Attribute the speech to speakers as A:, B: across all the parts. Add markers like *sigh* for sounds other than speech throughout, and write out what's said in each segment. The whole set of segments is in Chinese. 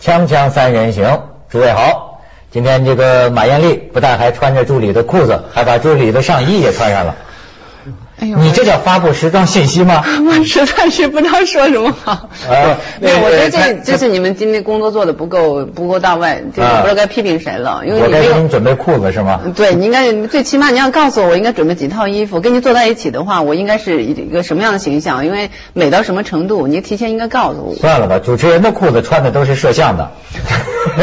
A: 锵三人行，诸位好。今天这个马艳丽不但还穿着助理的裤子，还把助理的上衣也穿上了。
B: 哎呦，
A: 你这叫发布时装信息吗？
B: *laughs* 我实在是不知道说什么好。 *laughs*
A: 哎
B: 对，我觉得
A: 他
B: 这就是你们今天工作做的不够不够到位，这个
A: 啊
B: 不知道该批评谁了，因为
A: 我
B: 你
A: 该
B: 没
A: 给
B: 有
A: 你。准备裤子是吗？
B: 对，你应该最起码你要告诉我，我应该准备几套衣服，跟你坐在一起的话，我应该是一个什么样的形象？因为美到什么程度，你提前应该告诉我。
A: 算了吧，主持人的裤子穿的都是摄像的， *laughs*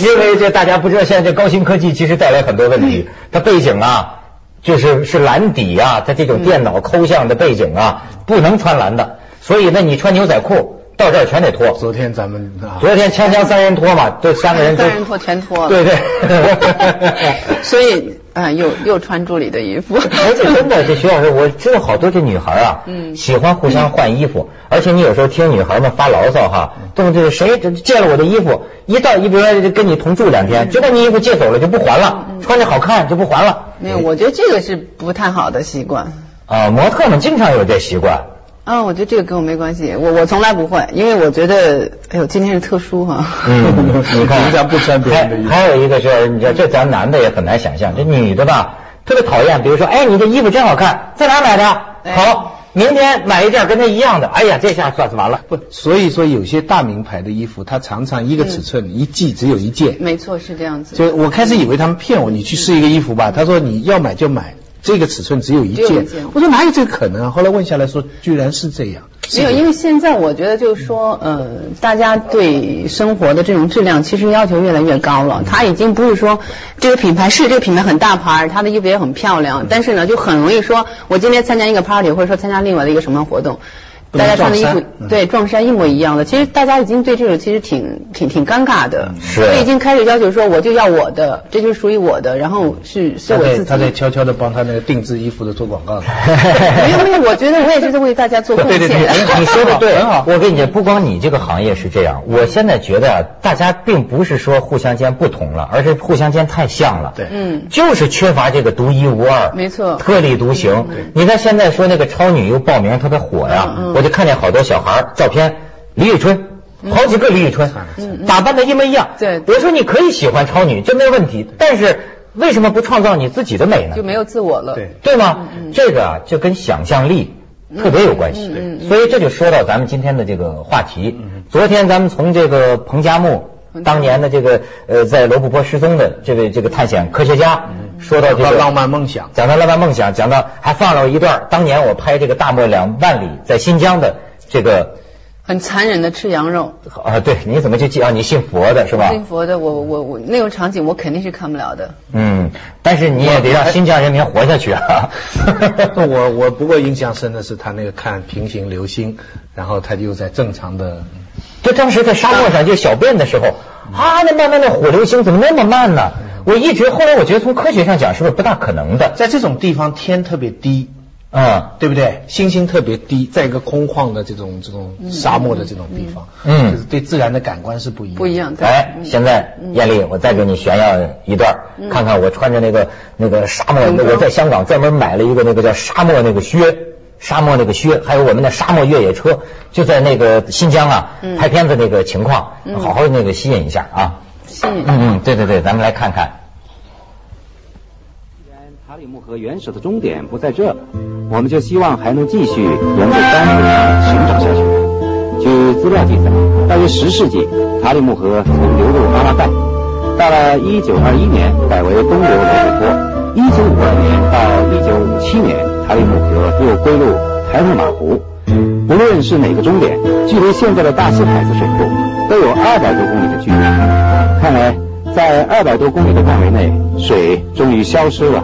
A: 因为这大家不知道，现在这高新科技其实带来很多问
B: 嗯
A: 题，它背景啊，就是是蓝底啊，它这种电脑抠像的背景啊，
B: 嗯
A: 不能穿蓝的，所以呢，你穿牛仔裤到这儿全得脱。
C: 昨天咱们啊，
A: 昨天锵锵三人脱嘛，这三个人都
B: 三人脱全脱
A: *laughs*
B: 了。
A: 对
B: *laughs*
A: 对
B: 所以啊、又又穿助理的衣服。
A: 而且真的，这徐老师，我知道好多这女孩啊，
B: 嗯
A: 喜欢互相换衣服，而且你有时候听女孩们发牢骚哈，动不动就是谁借了我的衣服，一到一比如说跟你同住两
B: 嗯
A: 天，就把你衣服借走了就不还了，穿着好看就不还了。
B: *laughs* 没有，我觉得这个是不太好的习惯。
A: 啊，模特们经常有这习惯，
B: 啊、我觉得这个跟我没关系，我我从来不会，因为我觉得，哎呦，今天是特殊哈、
A: 嗯，你 *laughs* 看，
C: 人家不穿别人的衣服嗯
A: 还还有一个是，你知道，这咱男的也很难想象，这女的吧，特别讨厌。比如说，哎，你这衣服真好看，在哪儿买的？
B: 哎
A: 好，明天买一件跟她一样的。哎呀，这下算是完
C: *laughs*
A: 了。
C: 不，所以说有些大名牌的衣服，它常常一个尺
B: 嗯
C: 寸、一季只有一件。
B: *laughs* 没错，是这样子。
C: 就我开始以为他们骗我，你去试一个衣服吧，他说你要买就买，这个尺寸只有
B: 嗯
C: 一
B: 只有
C: 件
B: 一件。
C: 我说哪有这个可能啊？后来问下来说，居然是这样。
B: 没有，因为现在我觉得就是说，呃，大家对生活的这种质量其实要求越来越高了。它已经不是说这个品牌是这个品牌很大牌，它的衣服也很漂
C: 嗯
B: 亮，但是呢，就很容易说我今天参加一个 party，或者说参加另外的一个什么活动。
C: 不
B: 大
C: 能
B: 家穿的衣
C: 撞
B: 服
C: 衫嗯
B: 对撞衫一模一样的，其实大家已经对这种其实挺挺挺尴尬的，
A: 是
B: 所以已经开始要求说我就要我的，这就是属于我的，然后是是
C: 他
B: 我自己嗯
C: 在
B: *laughs*
C: 他在 *laughs* 悄悄的帮他那个定制衣服的做广告。
B: 没有没有，我觉得我也是在为大家做贡
A: 对
B: 献。
C: *laughs*
A: 对对，你说的对，
C: 很好
A: 我跟你讲，不光你这个行业是这样，我现在觉得啊大家并不是说互相间不同了，而是互相间太像了。
C: 对
B: 嗯，
A: 就是缺乏这个独一无二，
B: 没错
A: 特立独行。你看现在说那个超女又报名特别火呀，
B: 嗯嗯嗯嗯
A: 我就看见好多小孩儿照片，李宇春。好几个李宇春，打扮的一模一样。
B: 对
A: 我说你可以喜欢超女，这没问题。但是为什么不创造你自己的美呢？
B: 就没有自我了。
C: 对
A: 对吗？这个啊，就跟想象力特别有关系。
B: 嗯
A: 所以这就说到咱们今天的这个话题。昨天咱们从这个彭加木
B: 彭加木
A: 当年的这个呃，在罗布泊失踪的这位这个探险科学家，
B: 嗯
A: 说到这
C: 到
A: 个
C: 浪漫梦想，
A: 讲到浪漫梦想，讲到还放了一段当年我拍这个《大漠两万里》在新疆的这个
B: 很残忍的吃羊肉，
A: 啊，对，你怎么就记啊？你信佛的是吧？
B: 信佛的我我我那种场景我肯定是看不了的。
A: 嗯，但是你也得让新疆人民活下去啊。
C: *laughs*
A: *laughs*
C: 我我不过印象深的是他那个看平行流星，然后他就在正常的
A: 就当时在沙漠上就小便的时候，啊，那慢慢的火流星怎么那么慢呢？我一直后来我觉得从科学上讲是不是不大可能的？
C: 在这种地方天特别低，
A: 嗯，
C: 对不对？星星特别低，在一个空旷的这种这
B: 嗯
C: 种沙漠的这种地方，
A: 嗯
C: 就是对自然的感官是不一样。
B: 不一。样，对，
A: 哎，现在艳丽，我再给你炫耀一段儿，看看我穿着那个那个沙漠，
B: 泳装
A: 我在香港专门买了一个那个叫沙漠那个靴。沙漠那个靴，还有我们的沙漠越野车，就在那个新疆啊，
B: 嗯
A: 拍片子那个情况，
B: 嗯
A: 好好那个吸引一下啊。
B: 吸引
A: 嗯嗯，对对对，咱们来看看。
D: 既然塔里木河原始的终点不在这儿，我们就希望还能继续沿着山谷寻找下去。据资料记载，大约十世纪，塔里木河曾流入阿拉善，到了1921年改为东流罗布泊，1952年到1957年，塔里木河又归入台木马湖。无论是哪个终点，距离现在的大西海子水库都有二百多公里的距离。看来，在二百多公里的范围内，水终于消失了。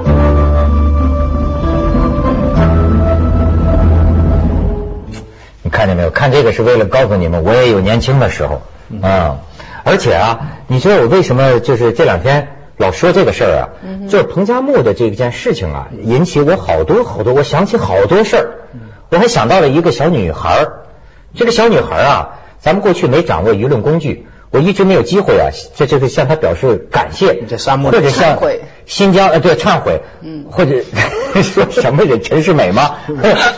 A: 你看见没有？看这个是为了告诉你们，我也有年轻的时候
C: 嗯
A: 啊、而且啊，你知道我为什么就是这两天老说这个事儿啊？
C: 嗯
A: 就是彭加木的这件事情啊，引起我好多好多，我想起好多事儿。
C: 嗯
A: 我还想到了一个小女孩儿，这个小女孩儿啊，咱们过去没掌握舆论工具，我一直没有机会啊，这就是向她表示感谢，
C: 在沙漠
A: 或
C: 里
A: 者向
B: 忏悔
A: 新疆呃对忏悔，
B: 嗯
A: 或者 *laughs* 说什么人陈世美吗？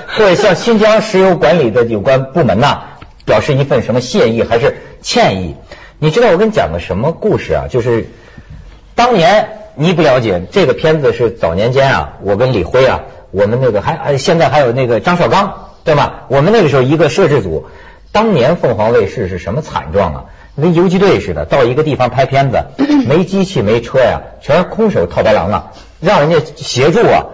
A: 或者向新疆石油管理的有关部门呐、表示一份什么谢意还是歉意？你知道我跟你讲个什么故事啊？就是当年你不了解这个片子是早年间啊，我跟李辉啊，我们那个还还现在还有那个张绍刚，对吧？我们那个时候一个摄制组，当年凤凰卫视是什么惨状啊？跟游击队似的，到一个地方拍片子，没机器没车呀、全是空手套白狼啊，让人家协助啊。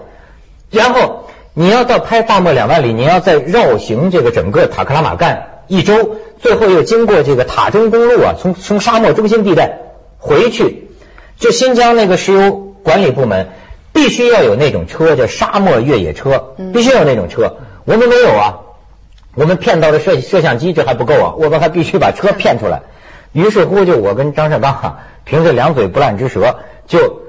A: 然后你要到拍《大漠两万里》，你要再绕行这个整个塔克拉玛干一周，最后又经过这个塔中公路啊，从从沙漠中心地带回去，就新疆那个石油管理部门必须要有那种车，叫沙漠越野车，必须要有那种车，我们没有啊。我们骗到的摄摄像机这还不够啊，我们还必须把车骗出来。于是乎，就我跟张善刚啊，凭着两嘴不烂之舌，就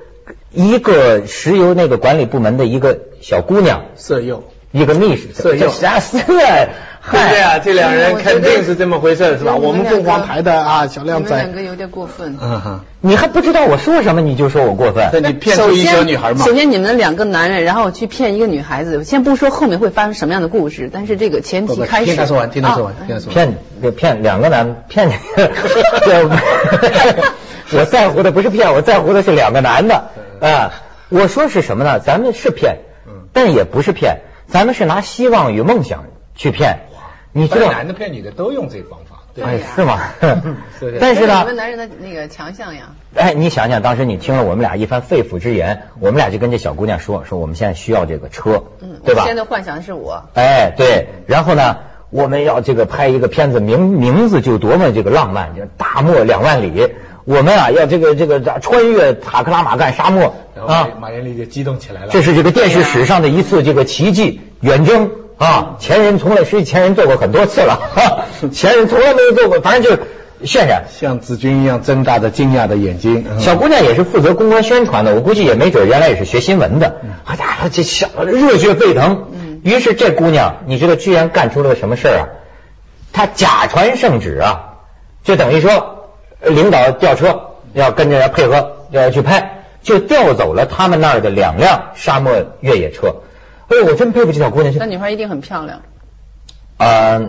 A: 一个石油那个管理部门的一个小姑娘，
C: 色诱，
A: 一个秘书，
C: 色诱
A: 这啥色？
C: 对不对啊？
A: 嗨，
C: 这两人肯定是这么回事，是吧？
B: 嗯
C: 我
B: 我觉得
C: 们凤凰台的啊，小
B: 你
C: 靓
B: 们两
C: 仔，
B: 个有点过分。
C: 嗯哼，
A: 你还不知道我说什么，你就说我过分
C: 对，你骗出一小女孩嘛
B: 首？先你们两个男人，然后去骗一个女孩子，先不说后面会发生什么样的故事，但是这个前
C: 不
B: 提
C: 不
B: 开始。
C: 听他说完，听他说完
B: 啊，
C: 听他说完。
A: 骗骗两个男
C: *laughs*
A: 骗你， *laughs* 对我在乎的不是骗，我在乎的是两个男的啊。我说是什么呢？咱们是骗
C: 嗯，
A: 但也不是骗，咱们是拿希望与梦想去骗。你知道？
C: 的骗女的都用这方法，对
A: 哎
B: 对呀，
A: 是吗？
C: *laughs* 是的
A: 但是
B: 这
A: 呢
B: 你，们男人的那个强项呀，
A: 哎，你想想，当时你听了我们俩一番肺腑之言，我们俩就跟这小姑娘说，说我们现在需要这个车，
B: 嗯，
A: 对吧？
B: 我现在幻想的是我，
A: 哎，对，然后呢，我们要这个拍一个片子，名名字就多么这个浪漫，就是大漠两万里。我们啊，要这个这个穿越塔克拉玛干沙漠
C: 然
A: 啊
C: 后，马艳丽就激动起来了。
A: 这是这个电
B: 哎
A: 视史上的一次这个奇迹远征啊！前人从来，实际前人做过很多次了，哈前人从来没有做过，反正就是渲染。
C: 像子君一样睁大的惊讶的眼睛。嗯
A: 小姑娘也是负责公关宣传的，我估计也没准原来也是学新闻的。哎呀，这小热血沸腾。于是这姑娘，你知道居然干出了个什么事儿啊？她假传圣旨啊，就等于说呃领导调车要跟着要配合要去拍，就调走了他们那儿的两辆沙漠越野车。哎呦，我真佩服这小姑娘，就
B: 那女孩一定很漂亮。
A: 啊、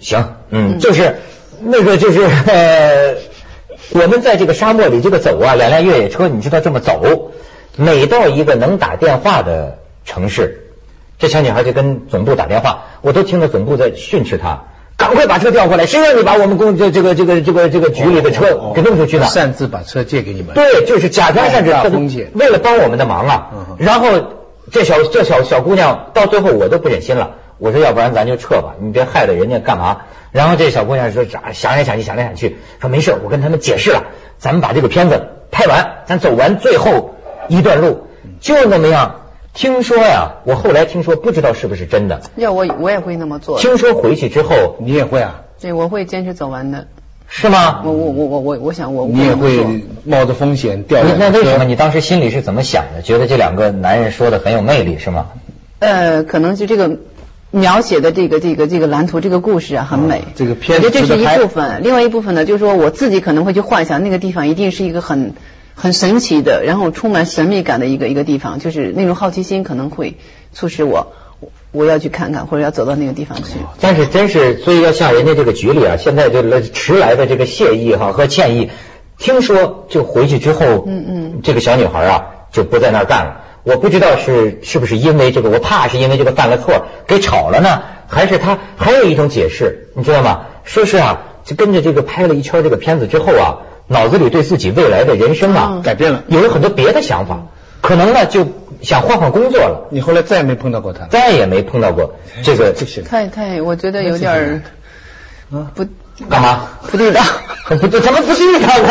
A: 行，嗯，
B: 嗯
A: 就是那个就是呃，我们在这个沙漠里这个走啊，两辆越野车，你知道这么走，每到一个能打电话的城市，这小女孩就跟总部打电话，我都听到总部在训斥她。赶快把车调过来！谁让你把我们公这这个这个这个这个局里的
C: 哦
A: 车给弄出去呢？
C: 擅自把车借给你们。
A: 对，就是假装上这
C: 大风险
A: 为了帮我们的忙啊
C: 嗯哼。
A: 然后这小这小小姑娘到最后我都不忍心了，我说要不然咱就撤吧，你别害了人家干嘛？然后这小姑娘说啊想来想去想来想去，说没事，我跟他们解释了，咱们把这个片子拍完，咱走完最后一段路，
C: 嗯
A: 就那么样。听说呀，我后来听说，不知道是不是真的。
B: 要我我也会那么做的，
A: 听说回去之后
C: 你也会啊？
B: 对，我会坚持走完的。
A: 是吗？
B: 我我我我我我想我
C: 你也
B: 我
C: 会冒着风险掉
A: 那
C: 两
A: 那
C: 个车
A: 为什么你当时心里是怎么想的？觉得这两个男人说的很有魅力是吗？
B: 呃，可能就这个描写的这个这个这个蓝图这个故事啊，很美。
C: 嗯这个片子
B: 我觉得这是
C: 值
B: 一
C: 得拍
B: 部分，另外一部分呢，就是说我自己可能会去幻想那个地方一定是一个很很神奇的，然后充满神秘感的一个一个地方，就是那种好奇心可能会促使我我我要去看看，或者要走到那个地方去。
A: 但是真是，所以要向人家这个局里啊，现在这个迟来的这个谢意哈、和歉意，听说就回去之后，
B: 嗯嗯，
A: 这个小女孩啊就不在那儿干了。我不知道是是不是因为这个，我怕是因为这个犯了错给炒了呢，还是她还有一种解释，你知道吗？说是啊，就跟着这个拍了一圈这个片子之后啊，脑子里对自己未来的人生啊
B: 嗯，
C: 改变了？
A: 有了很多别的想法，可能呢就想换换工作了，
C: 你后来再也没碰到过他了。
A: 再也没碰到过这个
C: 哎不行
B: 太太，我觉得有点儿
C: 啊！
B: 不
A: 干嘛？
B: 不地道。
A: 不 *laughs* 对，怎么不是
B: *laughs*
A: 他 *laughs* 的？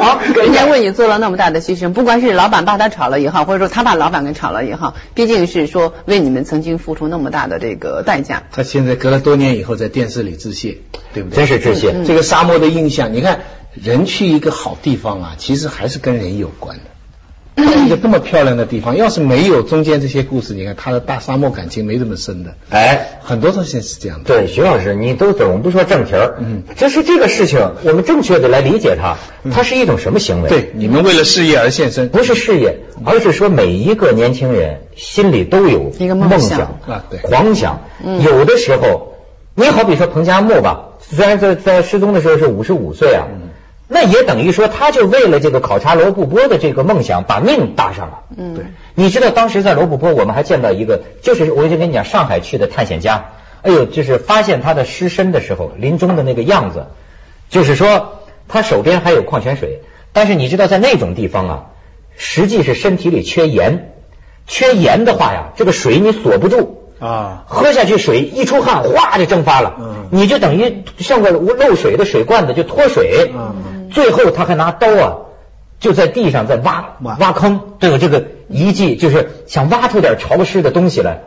A: 啊，
B: 人家为你做了那么大的牺牲，不管是老板把他炒了也好，或者说他把老板给炒了也好，毕竟是说为你们曾经付出那么大的这个代价。
C: 他现在隔了多年以后在电视里致谢，对不对？嗯
A: 真是致谢。
C: 这个沙漠的印象，你看人去一个好地方啊，其实还是跟人有关的。一个这么漂亮的地方，要是没有中间这些故事，你看他的大沙漠感情没这么深的，
A: 哎，
C: 很多东西是这样的。
A: 对，徐老师，你都总不说正题儿，
C: 嗯
A: 这是这个事情，我们正确的来理解它，
B: 嗯
A: 它是一种什么行为？，
C: 对，你们为了事业而献身，
A: 不是事业，而是说每一个年轻人心里都有
B: 一个梦
A: 梦
B: 想
C: 啊对
A: 狂想。
B: 嗯
A: 有的
C: 嗯
A: 时候，你好比说彭加木吧，虽然在在失踪的时候是五十五岁啊，那也等于说，他就为了这个考察罗布泊的这个梦想，把命搭上了。
B: 嗯
C: 对，
A: 你知道当时在罗布泊，我们还见到一个，就是我就跟你讲，上海去的探险家，哎呦，就是发现他的尸身的时候，临终的那个样子，就是说他手边还有矿泉水，但是你知道在那种地方啊，实际是身体里缺盐，缺盐的话呀，这个水你锁不住。
C: 啊，
A: 喝下去水一出汗，哗就蒸发了，
C: 嗯
A: 你就等于像个漏水的水罐子就脱水，
C: 嗯
A: 最后他还拿刀啊，就在地上在挖
C: 挖
A: 挖坑，都有这个遗迹，就是想挖出点潮湿的东西来。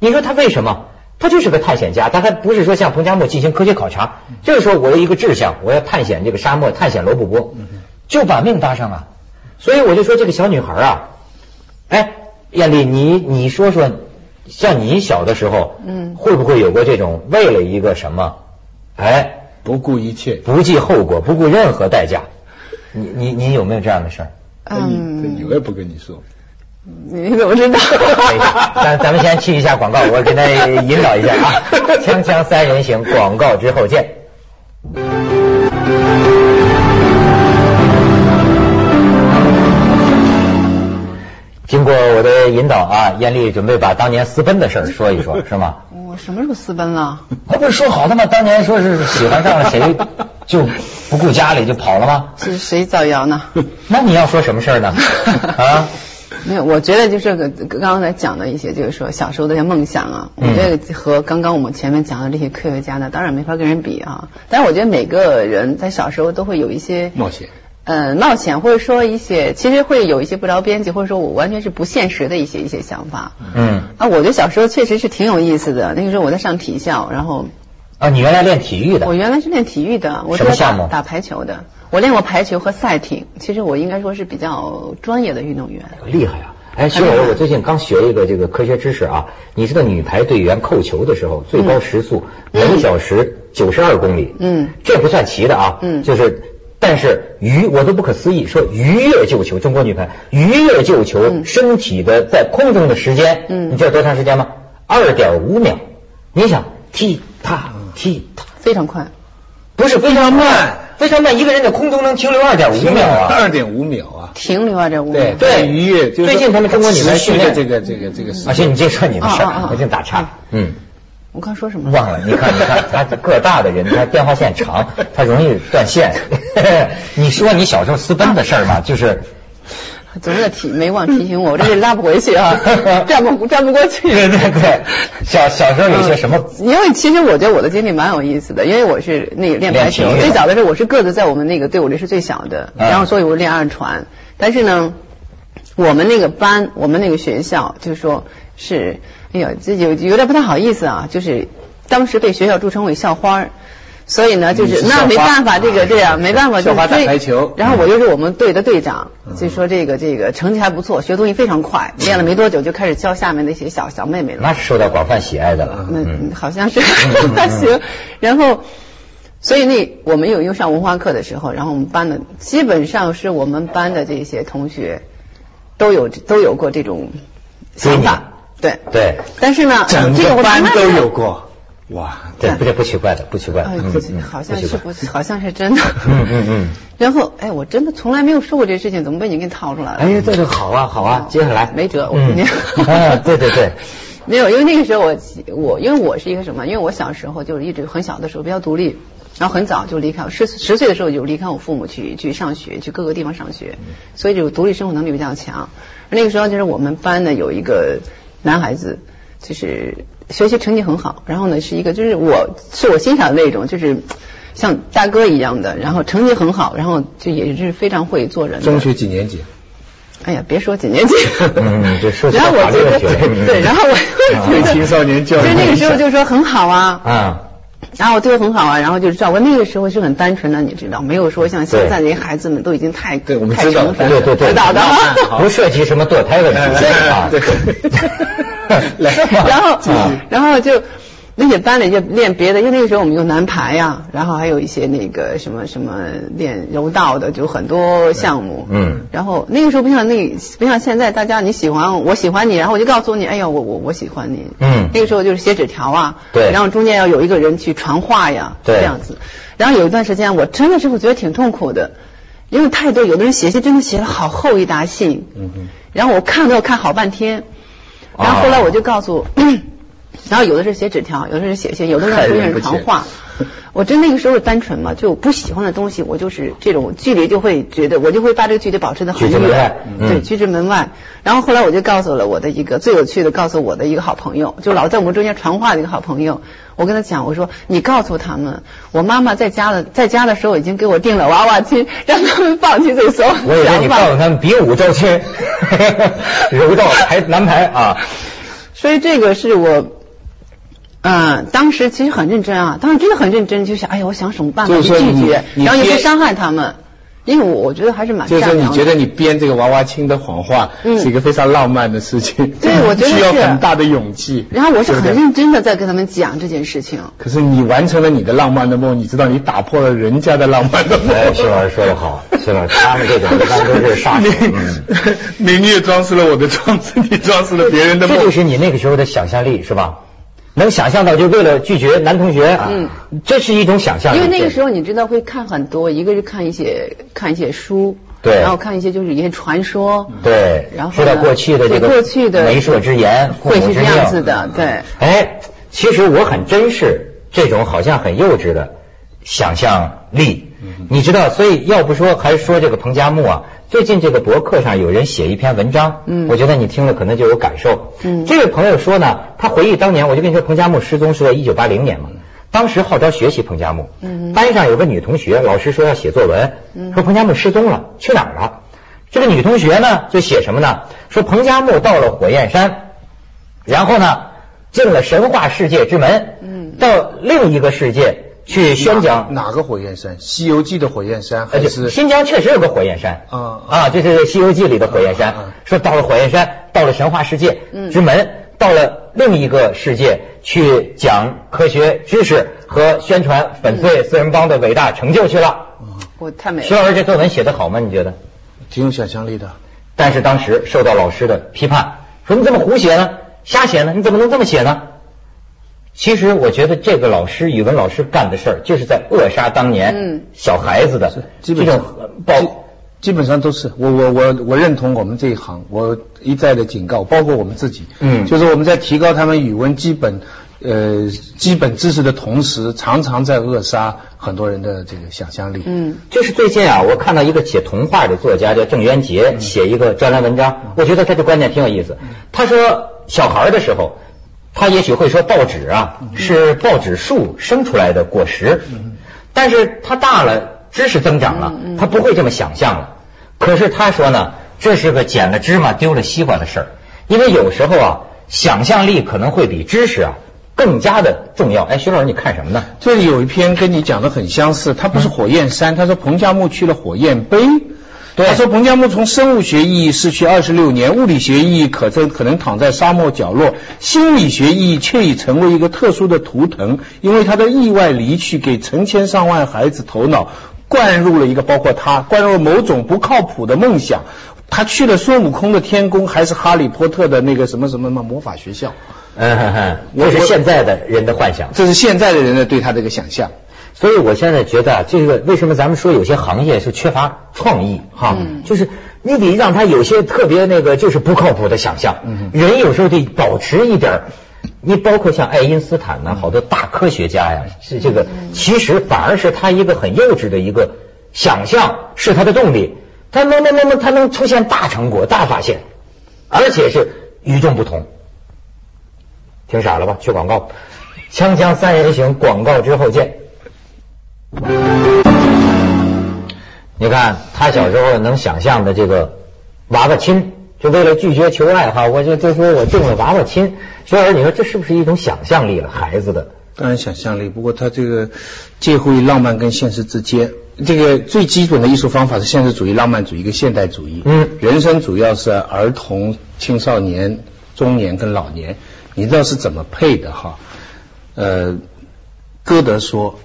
A: 你说他为什么？他就是个探险家，他还不是说像彭加木进行科学考察，
C: 嗯
A: 就是说我有一个志向，我要探险这个沙漠，探险罗布泊，
C: 嗯
A: 就把命搭上了。所以我就说这个小女孩啊，哎，艳丽，你你说说，像你小的时候，
B: 嗯
A: 会不会有过这种为了一个什么，哎，
C: 不顾一切。
A: 不计后果，不顾任何代价？你你你有没有这样的事儿？
C: 嗯，
B: 嗯，
C: 有也不跟你说。
B: 你怎么知道？
A: 等一下咱咱们先去一下广告，我给他引导一下 *laughs* 啊。锵锵三人行，广告之后见。经过我的引导啊，艳丽准备把当年私奔的事儿说一说，是吗？
B: 我什么时候私奔了？
A: 那不是说好的吗？当年说是喜欢上了谁，就不顾家里就跑了吗？
B: 是谁造谣呢？
A: 那你要说什么事儿呢？ *laughs* 啊？
B: 没有，我觉得就是个刚刚才讲的一些，就是说小时候的一些梦想啊，我
A: 嗯
B: 觉得和刚刚我们前面讲的这些科学家呢，当然没法跟人比啊。但是我觉得每个人在小时候都会有一些
C: 冒险，
B: 呃，冒险或者说一些，其实会有一些不着边际，或者说我完全是不现实的一些一些想法。
A: 嗯
B: 啊，我觉得小时候确实是挺有意思的。那个时候我在上体校，然后
A: 啊，你原来练体育的
B: 我原来是练体育的，我
A: 什么
B: 是打
A: 项目
B: 打排球的，我练过排球和赛艇。其实我应该说是比较专业的运动员。
A: 厉害啊！哎，徐老师，我最近刚学一个这个科学知识啊。你知道女排队员扣球的时候，最高时速
B: 嗯
A: 每小时九十二公里，
B: 嗯
A: 这不算奇的啊，
B: 嗯
A: 就是。但是逾我都不可思议，说逾越救球，中国女排逾越救球，
B: 嗯
A: 身体的在空中的时间，
B: 嗯
A: 你知道多长时间吗？二点五秒。你想踢踏
B: 嗯
A: 踢踏，
B: 非常快，
A: 不是非常慢，非常慢，一个人在空中能停留二点五秒啊！
C: 二点五秒啊，
B: 停留啊这五秒。
C: 对
A: 对
C: 愉悦。就是说
A: 最近他们中国女排
C: 持续
A: 训
C: 的
A: 练
C: 这个这个这个事
A: 而且你接着说你的事儿
B: 啊啊啊
A: 啊，我净打岔，嗯。
B: 我刚说什么？
A: 忘了，你看，你看，他个儿大的人，他电话线长，他容易断线。
B: *laughs*
A: *laughs* 你说你小时候私奔的事儿嘛，就是，
C: *laughs*
B: 总是提没忘提醒我，我这是拉不回去啊
A: *laughs*
B: 转不转不过去。
A: 对对对， *laughs* 小小时候有些什么，
B: 嗯因为其实我觉得我的经历蛮有意思的，因为我是那个练排球，
A: 练体育的
B: 最早的时候我是个子在我们那个队伍里是最小的，
A: 嗯
B: 然后所以我练二传，但是呢，我们那个班，我们那个学校就是说是，哎呦，这有有点不太好意思啊，就是当时被学校注称为校花儿。所以呢，就
C: 你
B: 是
C: 是校花
B: 那没办法，这个对啊，没办法，就
C: 校花
B: 是
C: 打
B: 追
C: 排球
B: 然后我又是我们队的队长，所以说这个这个成绩还不错，学东西非常快，练了没多久就开始教下面那些小小妹妹了。
A: 那是受到广泛喜爱的了。
B: 那
A: 嗯，
B: 好像是 *laughs*
A: 嗯嗯
B: 行。然后，所以那我们有又上文化课的时候，然后我们班的基本上是我们班的这些同学都有都有过这种想法，对。
A: 对，
B: 但是呢，
C: 整
B: 啊这
C: 个
B: 我
C: 班
B: 从来没嗯
C: 都有过，哇！
A: 对，不对，不奇怪的，不奇怪的，
B: 哎
A: 嗯嗯，
B: 好像
A: 奇
B: 是
A: 怪
B: 不，好像是真的。
A: 嗯嗯嗯。
B: 然后，哎，我真的从来没有说过这事情，怎么被你给套出来了？
A: 哎呀，这个好啊，好啊，接下来
B: 哦没辙，我肯
A: 嗯
B: 定。
A: *laughs* 啊，对对对，
B: *laughs* 没有，因为那个时候我我因为我是一个什么？因为我小时候就是一直很小的时候比较独立，然后很早就离开，十十岁的时候就离开我父母去去上学，去各个地方上学，
A: 嗯
B: 所以就独立生活能力比较强。那个时候就是我们班呢有一个男孩子，就是学习成绩很好，然后呢是一个就是我是我欣赏的那种，就是像大哥一样的，然后成绩很好，然后就也是非常会做人的。
C: 中学几年级？
B: 哎呀，别说几年级，
A: 嗯这说起
B: 然后我
A: 法律
B: 觉得
A: 问题了
B: 对，然后我
A: 啊
B: *laughs* 就觉得
C: 青少年教育
B: 就那个时候就说很好啊，
A: 啊，
B: 然后我对我很好啊，然后就是照顾。那个时候是很单纯的，你知道，没有说像现在这些孩子们都已经太
C: 对我们
B: 太
C: 知
B: 成
C: 道
A: 对
B: 熟
A: 对对，
B: 知道的啊。 *laughs*
C: 好
A: 不涉及什么堕胎问题
C: 哎哎哎
A: 啊，
C: 对来
A: *laughs* 是吗
B: 然后
A: 啊，
B: 然后就。那些班里就练别的，因为那个时候我们有南排呀、然后还有一些那个什么什么练柔道的，就很多项目。
A: 嗯
B: 然后那个时候不像那不像现在，大家你喜欢我喜欢你，然后我就告诉你，哎呀，我我我喜欢你。
A: 嗯
B: 那个时候就是写纸条啊，
A: 对
B: 然后中间要有一个人去传话呀，
A: 对
B: 这样子。然后有一段时间，我真的是我觉得挺痛苦的，因为太多，有的人写信真的写了好厚一沓信，
C: 嗯哼
B: 然后我看都要看好半天，然后后来我就告诉， *clears throat* 然后有的是写纸条，有的是写信，有的是
C: 害人
B: 用
C: 不
B: 人传
C: 浅
B: 话。我真那个时候单纯嘛，就不喜欢的东西，我就是这种距离就会觉得，我就会把这个距离保持的很
A: 拒之门外
B: 远，
A: 嗯
B: 对，拒之门外。然后后来我就告诉了我的一个最有趣的，告诉我的一个好朋友，就老在我们中间传话的一个好朋友。我跟他讲，我说你告诉他们，我妈妈在家的，在家的时候已经给我定了娃娃亲，让他们放弃对所有
C: *laughs*
B: 的想法。
A: 我以为你告诉他们比武招 *laughs* 亲，柔道排南排啊，
B: 所以这个是我，呃，当时其实很认真啊，当时真的很认真，就想，哎呀，我想什么办法
C: 就
B: 去
C: 是说
B: 拒绝，
C: 你你
B: 然后也
C: 憋
B: 不伤害他们，因为我我觉得还是蛮
C: 就是说，
B: 善
C: 你
B: 良的
C: 觉得你编这个娃娃亲的谎话
B: 嗯
C: 是一个非常浪漫的事情，
B: 对我觉得
C: *laughs* 需要
B: 是
C: 很大的勇气。
B: 然后我是
C: 对不对
B: 很认真的在跟他们讲这件事情，
C: 可是你完成了你的浪漫的梦，你知道你打破了人家的浪漫的梦。
A: 哎，徐老师说的好，徐
C: 呃
A: 老师他们这种一般都是杀手。嗯
C: *laughs* 你你也装饰了我的装饰，你装饰了别人的
A: 这
C: 梦
A: 就。是你那个时候的想象力是吧？能想象到就为了拒绝男同学啊，
B: 嗯
A: 这是一种想象力。
B: 因为那个时候你知道会看很多，一个是看一些看一些书，
A: 对
B: 然后看一些就是一些传说，
A: 对，
B: 然后
A: 知道
B: 呢
A: 过去的这个
B: 对过去的
A: 媒妁之言，
B: 会
A: 父母之
B: 是这
A: 命
B: 样子的，对。
A: 哎，其实我很珍视这种好像很幼稚的想象力，你知道，所以要不说还说这个彭加木啊，最近这个博客上有人写一篇文章，
B: 嗯
A: 我觉得你听了可能就有感受。
B: 嗯
A: 这位朋友说呢，他回忆当年，我就跟你说，彭加木失踪是在一九八零年嘛。当时号召学习彭加木，
B: 嗯
A: 班上有个女同学，老师说要写作文，
B: 嗯
A: 说彭加木失踪了，去哪儿了？这个女同学呢，就写什么呢？说彭加木到了火焰山，然后呢，进了神话世界之门，
B: 嗯
A: 到另一个世界去宣讲。
C: 哪个火焰山？《西游记》的火焰山
A: 呃
B: 哎
C: 还？
A: 就是新疆确实有个火焰山
C: 啊
A: 啊，这是《西游记》里的火焰
C: 啊啊
A: 山。说到了火焰山，到了神话世界
B: 嗯
A: 之门，到了另一个世界去讲科学知识和宣传粉碎
B: 嗯
A: 四人帮的伟大成就去了。
B: 我太美
A: 徐
B: 了，
A: 老师这作文写的好吗？你觉得？
C: 挺有想象力的。
A: 但是当时受到老师的批判，说你怎么胡写呢？瞎写呢？你怎么能这么写呢？其实我觉得这个老师，语文老师干的事儿，就是在扼杀当
B: 嗯
A: 年小孩子的
C: 是
A: 这
C: 基本
A: 种
C: 上
A: 呃
C: 基
A: 暴。
C: 基本上都是我我我我认同我们这一行，我一再的警告，包括我们自己，
A: 嗯
C: 就是我们在提高他们语文基本呃基本知识的同时，常常在扼杀很多人的这个想象力，
B: 嗯，
A: 就是最近啊，我看到一个写童话的作家叫郑渊
B: 嗯
A: 洁写一个专栏文章，我觉得他这观点挺有意思。他说小孩儿的时候，他也许会说报纸啊
B: 嗯
A: 是报纸树生出来的果实，但是他大了，知识增长了
B: 嗯嗯，
A: 他不会这么想象了。可是他说呢，这是个捡了芝麻丢了西瓜的事儿，因为有时候啊，想象力可能会比知识啊更加的重要。哎，徐老师，你看什么呢？
C: 这里有一篇跟你讲的很相似，他不是火焰山，他说彭加木去了火焰杯。
A: 对
C: 他说彭加木从生物学意义逝去二十六年，物理学意义可曾可能躺在沙漠角落，心理学意义却已成为一个特殊的图腾，因为他的意外离去给成千上万孩子头脑灌入了一个包括他灌入了某种不靠谱的梦想。他去了孙悟空的天宫，还是哈利波特的那个什么什么什么魔法学校，
B: 呃
A: 嗯哼哼，这是现在的人的幻想。
C: 这是现在的人的对他这个想象。
A: 所以我现在觉得啊，这个为什么咱们说有些行业是缺乏创意哈，
B: 嗯
A: 就是你得让他有些特别那个就是不靠谱的想象。
C: 嗯
A: 人有时候得保持一点儿。你包括像爱因斯坦呐、好多大科学家呀，是这个，其实反而是他一个很幼稚的一个想象是他的动力，他能能能能，他能出现大成果、大发现，而且是与众不同。听傻了吧？去广告，《锵锵三人行》广告之后见。你看他小时候能想象的这个娃娃亲，就为了拒绝求爱哈，我就就说我中了娃娃亲。所以你说这是不是一种想象力了？孩子的，
C: 当然想象力，不过它这个介乎于浪漫跟现实之间。这个最基本的艺术方法是现实主义、浪漫主义跟现代主义。
A: 嗯
C: 人生主要是儿童、青少年、中年跟老年，你知道是怎么配的哈？呃，歌德说，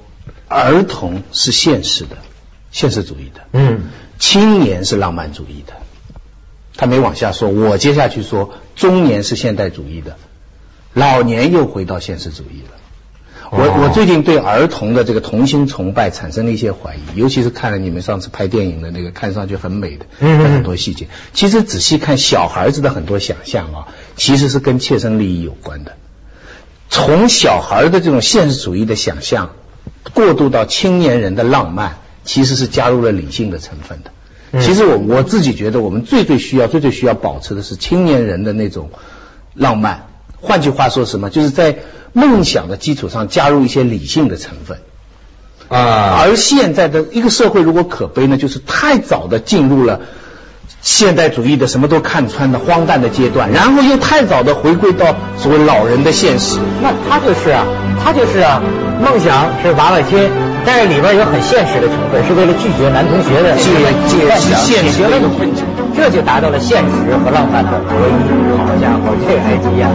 C: 儿童是现实的，现实主义的，
A: 嗯，
C: 青年是浪漫主义的。他没往下说，我接下去说，中年是现代主义的，老年又回到现实主义了。我、
A: 哦
C: 我最近对儿童的这个童心崇拜产生了一些怀疑，尤其是看了你们上次拍电影的那个看上去很美的，
A: 嗯
C: 很多细节。其实仔细看小孩子的很多想象啊，其实是跟切身利益有关的。从小孩的这种现实主义的想象，过渡到青年人的浪漫，其实是加入了理性的成分的。
A: 嗯
C: 其实我我自己觉得，我们最最需要、最最需要保持的是青年人的那种浪漫。换句话说，什么？就是在梦想的基础上加入一些理性的成分。
A: 啊，
C: 而现在的一个社会，如果可悲呢，就是太早的进入了现代主义的什么都看穿的荒诞的阶段，然后又太早的回归到所谓老人的现实。
A: 那他就是啊，他就是啊，梦想是娃娃亲，但是里边有很现实的成分，是为了拒绝男同学的
C: 解解
A: 幻想
C: 现
A: 解
C: 实
A: 决
C: 的
A: 问
C: 困
A: 题
C: 境，
A: 这就达到了现实和浪漫的合一。好家伙，这还急呀！